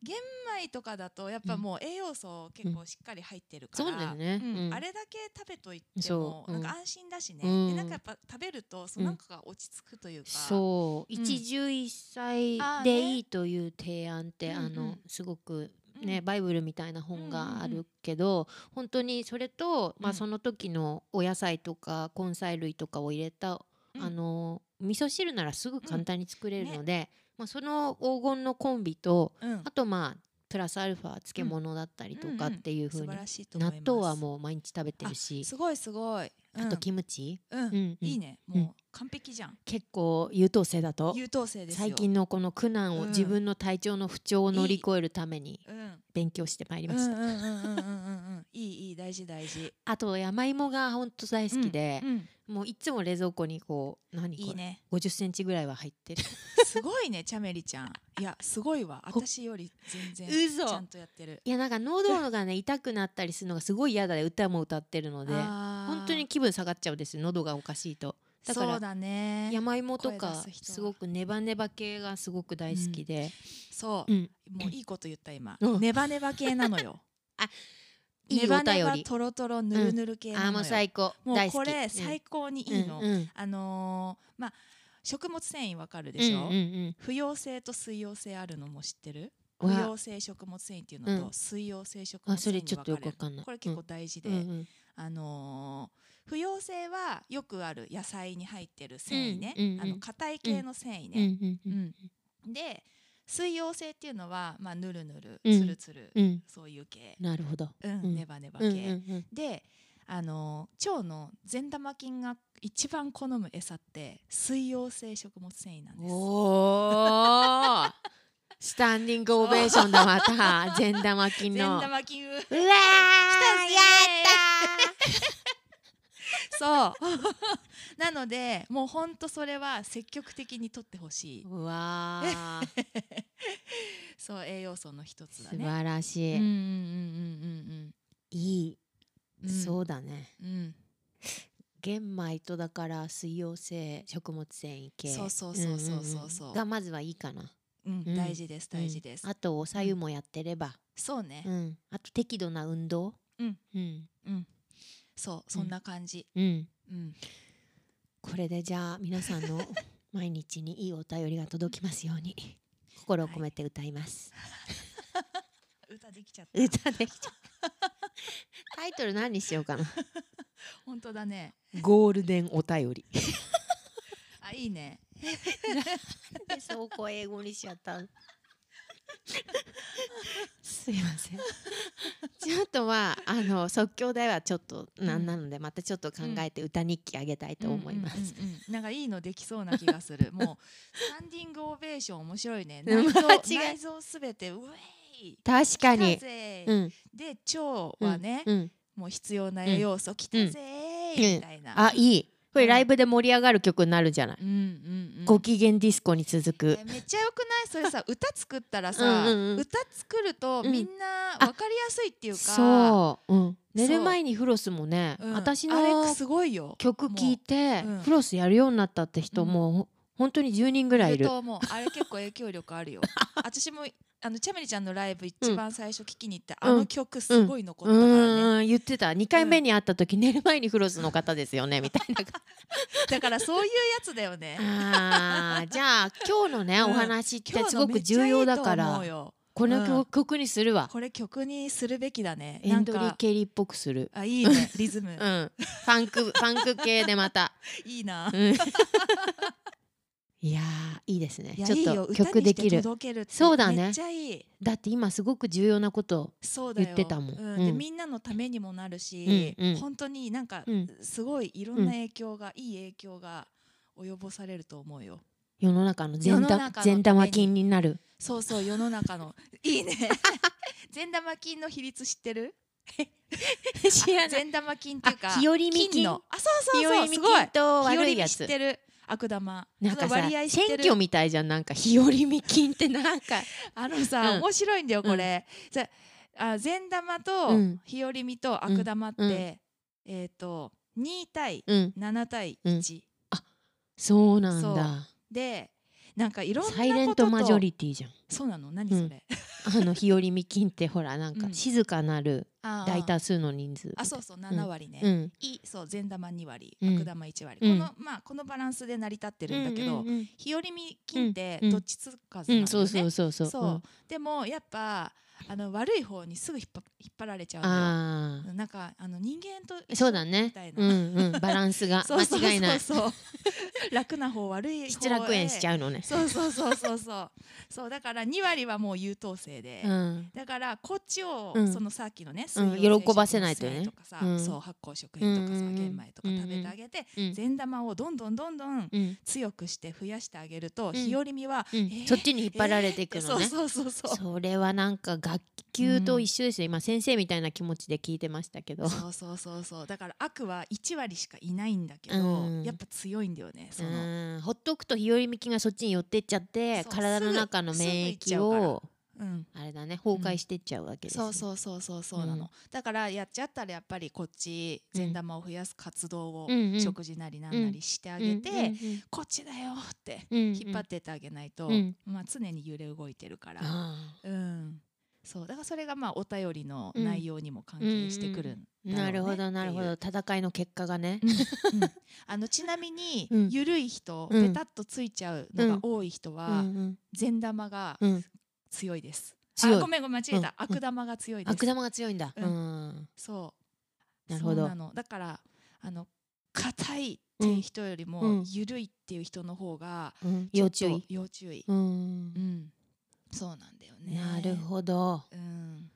B: 玄米とかだとやっぱもう栄養素結構しっかり入ってるから
A: そうだよね
B: うん
A: うん
B: あれだけ食べといて
A: そ
B: も
A: うう
B: なんんか安心だしね
A: うん
B: でなんかやっぱ食べるとそうなんかが落ち着くというか
A: そう、
B: うん
A: 一汁一菜
B: あー
A: で
B: ね
A: いいという提案って、
B: うん
A: あ
B: うん
A: の、すごく。ね、
B: うん
A: バイブルみたいな本があるけど、本当にそれと、ま
B: う
A: あ、
B: ん
A: その時のお野菜とか根菜類とかを入れた、
B: うん
A: あの味噌汁ならすぐ簡単に作れるので、まあ、その黄金のコンビと
B: うん
A: あとまあプラスアルファ漬物だったりとかっていう風
B: 素
A: に、
B: 晴らしいと思い
A: 納
B: ます
A: 豆はもう毎日食べてるし
B: すごいすごい、うん、
A: あとキムチ、
B: うん、
A: うんうん
B: いいね
A: うん
B: もう完璧じゃん
A: 結構優等生だと
B: 優等生ですよ
A: 最近のこの苦難を、
B: うん
A: 自分の体調の不調を乗り越えるために
B: うんうん
A: 勉強してまいり
B: う
A: ま
B: んう
A: し
B: ん
A: た、
B: うんうんうんうんいいいい大事大事
A: あと山芋が本当大好きで
B: う、ん
A: もういつも冷蔵庫にこう何これ
B: いいね
A: 50センチぐらいは入ってる
B: すごいねチャメリちゃんいやすごいわ私より全然
A: 嘘
B: ちゃんとやってる
A: いやなんか喉がね痛くなったりするのがすごい嫌だで歌も歌ってるので
B: 本
A: 本当に気分下がっちゃうんです喉がおかしいとだから
B: そうだね
A: 山芋と
B: 声
A: か
B: 出す人は
A: すごくネバネバ系がすごく大好きで、
B: そうう、
A: ん
B: もういいこと言った今、
A: うん *laughs*
B: ネバネバ系なのよ
A: いいお
B: ネバネバ
A: 便り
B: トロトロぬるぬる系
A: あー
B: なの
A: も
B: よ
A: う最高
B: もう
A: 大好
B: こ
A: き
B: れ最高に
A: うん
B: いいの、
A: うんうん
B: あのーまあ食物繊維わかるでしょ、
A: うんうん
B: 不溶性と水溶性あるのも知ってる
A: う
B: 不
A: ん、
B: 溶性食物繊維っていうのと、
A: うん
B: 水溶性食
A: あ
B: 物
A: そ
B: 繊維
A: れ
B: に
A: ちょ
B: 分
A: っ
B: か
A: と
B: れ
A: よ
B: る
A: くわかんない
B: これ結構大事で、
A: うんうん
B: あのー不溶性はよくある野菜に入ってる繊維ね、
A: うんうんうん
B: あの硬い系の繊維
A: うんうん
B: ね、
A: うん
B: うんで水溶性っていうのはまあぬるぬる
A: うん
B: つるつる、
A: うん
B: そういう系、
A: なるほど
B: うん
A: うん
B: ネバネバ
A: う
B: 系、
A: んうん
B: であの腸の善玉菌が一番好む餌って水溶性食物繊維なん
A: うん
B: です
A: おースタンディングオベーションだま
B: *laughs*
A: た善玉菌
B: 善
A: のうわ
B: 玉菌
A: ーやった
B: そうなのでもう *laughs* ほんとそれは積極的に取ってほしい
A: ーうわー
B: そう栄養素の一つだ
A: 素
B: ね
A: 晴らし
B: う
A: い
B: んうんう
A: い
B: んうんうんう
A: い
B: ん
A: そううだね
B: ん、
A: 玄米とだから水溶性食物繊維系
B: そうそうそうそうそうそうん
A: んんがまずはいいかな
B: うん
A: う
B: うんん、大事です大事です、
A: うんあとおさゆもやってれば
B: そうね
A: う、んあと適度な運動
B: うん
A: うん
B: うん、そうそんな感じ、
A: うん
B: うん、
A: これでじゃあ皆さん *laughs* の毎日にいいお便りが届きますように心を込めて歌います、
B: 歌できちゃっ
A: 歌できちゃうタイトル何にしようかな
B: 本当だね
A: ゴールデンお便り
B: あいいね
A: でそこ英語にしちゃったすいませんちょっとはあの即興題はちょっとなんなので、またちょっと考えて歌日記あげたいと思います、
B: うんうんうんうんなんかいいのできそうな気がする。もうスタンディングオベーション面白いね。
A: うん
B: 内臓
A: 間違い
B: 内臓すべてウェイ。
A: 確か
B: 来
A: に
B: たぜ
A: うん
B: で腸はね、
A: うん、
B: もう必要な栄養素きたぜ
A: うん
B: みたいな。
A: あいいこれライブで盛り上がる曲になるんじゃない、
B: うんうんうん。
A: ご機嫌ディスコに続
B: え
A: く
B: ーめっちゃ良くないそれさ歌作ったらさ
A: うんうんうん
B: 歌作ると
A: うん
B: みんなわかりやすいっていうか。
A: そう、うん、寝る
B: そう
A: 前にフロスもね、
B: ん
A: 私
B: あ
A: の
B: れすごいよ。
A: 曲聴いて、
B: もううん
A: フロスやるようになったって人
B: うん
A: もう、本当に10人ぐらいいる
B: と思うあれ結構影響力あ
A: *laughs*
B: るよ私もあのチャメリちゃんのライブ一番最初聞きに行った、
A: うん
B: あの曲すごい残った
A: う
B: からね、
A: ーん言ってた2回目に会った時、寝る前にフロスの方ですよねみたいな
B: だからそういうやつだよ
A: *laughs*
B: ね
A: あーじゃあ今日のね、
B: うん
A: お話って
B: 今日
A: す
B: の
A: ご
B: め
A: く
B: っちゃ
A: 重
B: いいと
A: 要
B: 思うよ
A: だからこの曲,、
B: うん
A: にするわ
B: これ曲にするべきだね
A: エ
B: な
A: ン
B: ん
A: ドリー・
B: か
A: ケリーっぽくする、
B: あいいねリズム、
A: うん、ファンクファンク系でまた
B: いいな、
A: うん *laughs* いやーいいですね
B: いや
A: ち
B: いい
A: ょ
B: よ
A: っと
B: 歌
A: 曲
B: に
A: で
B: し
A: き
B: て
A: る
B: 届けるって
A: そうだね
B: めっちゃいい
A: だって今すごく重要なこと
B: そうだよ
A: 言ってたもん
B: う
A: う
B: で
A: ん
B: みんなのためにもなるし、
A: うんうん
B: 本当になんか、
A: うん
B: すごいいろんな影響が、いい影響が及ぼされると思うよ
A: 世の中の善
B: 世の中
A: 玉
B: のために
A: 善玉菌になる
B: そうそう世の中のいいね *laughs* 善玉菌の比率知ってる
A: 知ら
B: あ
A: *laughs*
B: 善玉菌っていうか
A: あ日和見菌
B: 菌のあそうそう
A: 日
B: そ
A: 和
B: う
A: 見
B: すごい
A: 菌と
B: 日和
A: 悪い
B: 見
A: や
B: 知っ
A: つ
B: てる悪玉
A: なんか
B: そ
A: さ
B: の割合知っ
A: 選
B: てる
A: 挙みたいじゃんなんか日和見菌ってなん
B: *laughs*
A: か
B: あのさ、
A: うん
B: 面白いんだよこれ、じゃあ善玉と
A: うん
B: 日和見と悪玉って、
A: うんうん
B: えっ、と2対
A: うん
B: 7対
A: うん
B: 1、
A: そうなん
B: そう
A: だ
B: でなんかいろんなことと
A: サイレントマジョリティ
B: *laughs*
A: じゃん
B: そうなの何それ、
A: うんあの日和見菌ってほらなんか
B: うん
A: 静かなる
B: あー
A: 大多数の人数
B: あそうそう7割ね、
A: うん
B: いそう善玉2割、
A: うん
B: 悪玉1割、
A: うん
B: このまあこのバランスで成り立ってるんだけど、
A: うんうん
B: 日和見菌って
A: うん
B: どっちつかず
A: う
B: なんんだよね、
A: うんそうそうそうそう
B: そううんでもやっぱあの悪い方にすぐ引っ張引っ張られちゃうんだよ
A: あ
B: なんかあの人間と
A: あ
B: 一
A: そ
B: 緒
A: うだね
B: みたいな
A: うんうんバランス
B: *laughs*
A: が
B: そうそうそうそう
A: 間違いない
B: 楽な方悪い方へ
A: 失楽園しちゃうのね
B: そうそうそうそうそうそうだから2割はもう優等生で、
A: うん
B: だからこっちを、
A: うん
B: そのさっきのね、
A: うん
B: 水溶性
A: 喜ばせないとね
B: 食物繊維とかさ、
A: うん
B: そう発酵食品とかさ、
A: うんうんうん
B: 玄米とか食べてあげて、
A: うん
B: 善玉をどんどんどんどん
A: うん
B: 強くして増やしてあげると、
A: ん
B: 日和見は、
A: うん
B: えー
A: そっちに引っ張られていく
B: えー
A: のね。
B: そうそうそうそう
A: それはなんか学級と一緒ですよ、今先生みたいな気持ちで聞いてましたけど
B: そうそうそうそうだから悪は1割しかいないんだけど、
A: うん
B: やっぱ強いんだよねその、
A: うんほっとくと日和見菌がそっちに寄ってっちゃって
B: そう
A: 体の中の
B: すぐ
A: 免
B: すぐ
A: 疫を
B: うん
A: あれだね崩壊してっちゃうわけですね、
B: そうそうそうそうそうなの、
A: うん
B: だからやっちゃったらやっぱりこっち
A: うん
B: 善玉を増やす活動を、
A: うんうん
B: 食事なりなんなりしてあげて、こっちだよって
A: うんうんうん
B: 引っ張ってってあげないと、
A: うん
B: まあ、常に揺れ動いてるから、
A: あ
B: うん、そうだからそれがまあお便りの内容にも関係してくるんだろうね
A: なるほ
B: ってい
A: ど
B: う
A: なるほど戦いの結果がね
B: う、んうんあのちなみに
A: うん
B: 緩い人、
A: うん
B: ペタッとついちゃうのが多い人
A: う
B: は
A: ん
B: 善玉が
A: うんうん、
B: 強いです。
A: 強い
B: あごめんごめん間違えた、
A: うん
B: 悪玉が強いです。
A: 悪玉が強いんだ、う
B: うんんそう。
A: なるほど
B: そうなのだからあの硬いっていう人より
A: うんう
B: も
A: ん
B: 緩いっていう人の方が
A: うん
B: ちょ
A: 要
B: っと
A: 注意、
B: 要注意。
A: うん
B: うん。そうなんだよね。
A: なるほ
B: *laughs*
A: ど
B: ど。うん。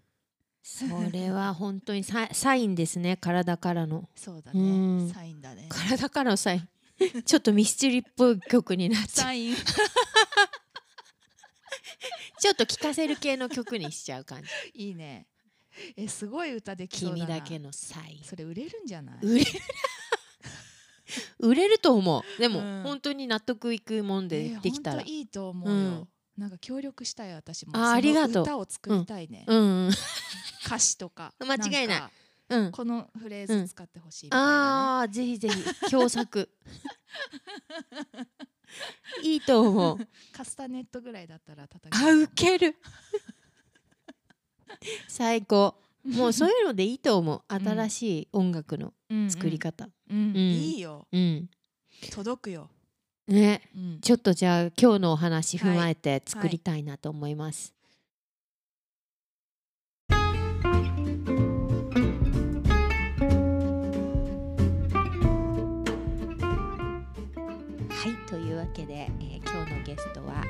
A: それは本当にササインですね体から
B: *laughs*
A: の
B: そうだ
A: うん
B: ね。サインだね。
A: 体からのサイン *laughs* ちょっとミスチルっぽい曲になっちゃう
B: サイン。
A: ちょっと聴かせる系の曲にしちゃう
B: *laughs*
A: 感じ
B: いいね。えすごい歌できそうだ
A: 君
B: な。
A: だけのサイン
B: それ売れるんじゃない？
A: 売れる売れると思うでも、
B: うん
A: 本当に納得いくもんで
B: えー
A: できたら、
B: ほんといいと思うよ、
A: うん
B: なんか協力したい私も
A: あー
B: その
A: ありがとう
B: 歌を作りたいね、
A: うんうん
B: 歌詞とか
A: 間違いない
B: んか
A: うん
B: このフレーズ使ってほしいみたいな、ね
A: ああぜひぜひ共
B: *laughs*
A: 作いいと思う
B: カスタネットぐらいだったら叩
A: あウケる *laughs* 最高もうそういうのでいいと思う
B: ん
A: 新しい音楽の作り、方
B: うんうんうん
A: うん
B: いいよ
A: うん、
B: 届くよ、
A: ね
B: うん
A: ちょっとじゃあ今日のお話
B: は
A: 踏
B: い
A: まえて作りたいなと思います、はい、というわけで、えー今日のゲストは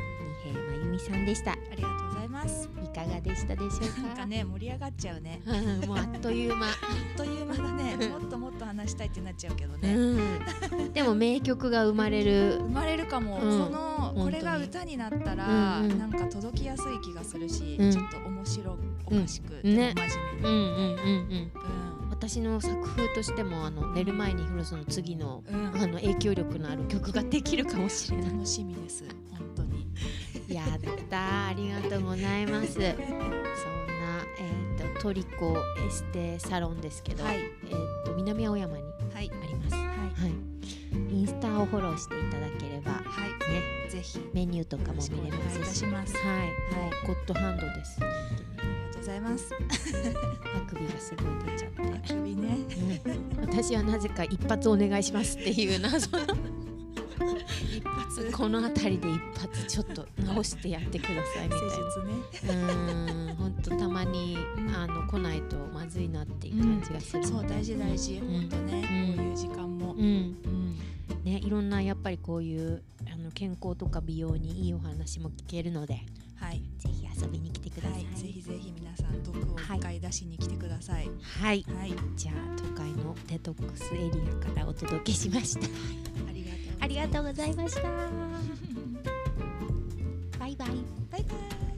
A: 二平真由美さんでしたい
B: ありがとうございます
A: かがでしたでしょう
B: なん
A: か
B: かね盛り上がっちゃうね
A: うん *laughs* もうあっという間、
B: あっという間
A: *laughs*
B: だねもっともっと話したいってなっちゃうけどね、
A: うん、でも名曲が生まれる
B: 生まれるか
A: う
B: も、
A: ん
B: この
A: 当に
B: これが歌になったら、
A: うんうん
B: なんか届きやすい気がするし、
A: うん
B: ちょっと面白おかしく、
A: うんね
B: でも真面
A: う
B: 目に
A: んうんうんうん
B: う
A: 私の作風としてもあの寝る前にフロスの次の
B: ん、
A: あの影響力のある曲ができるかもしれない。
B: 楽しみです本当に
A: やったーありがとうございます。そんなえっ、とトリコエステサロンですけど、
B: はい
A: えっ、と南青山に
B: はい
A: あります。は
B: はい
A: い。インスタをフォローしていただければね
B: は、いぜひよ
A: メニューとか
B: ろ
A: も
B: しくお
A: 見
B: 願い
A: れ
B: い
A: ま
B: た
A: すし、
B: しますあ
A: はい。
B: はい
A: もうゴッドハンドです。
B: りがとうございます
A: あくびがすごい出ちゃって。
B: あくびね
A: 私はなぜか一発お願いしますっていう
B: *laughs*
A: 謎の一発この辺りで一発ちょっと直してやってくださいみたい
B: 施術ね
A: なうーん本当たまに
B: うん
A: あの来ないとまずいなっていう感じがする、
B: そう大事大事
A: ん
B: 本当ね
A: うん
B: こういう時間も
A: うん
B: うん
A: ね、いろんなやっぱりこういうあの健康とか美容にいいお話も聞けるので
B: はい
A: ぜひ遊びに来てくださ。
B: はいいぜひぜひ皆さん毒を一回出しに来てください
A: はい、
B: はい
A: じゃあ都会のデトックスエリアからお届けしました。
B: ありがとう
A: *laughs* ありがとうござい
B: す
A: ました。バイバイ。
B: バイバイ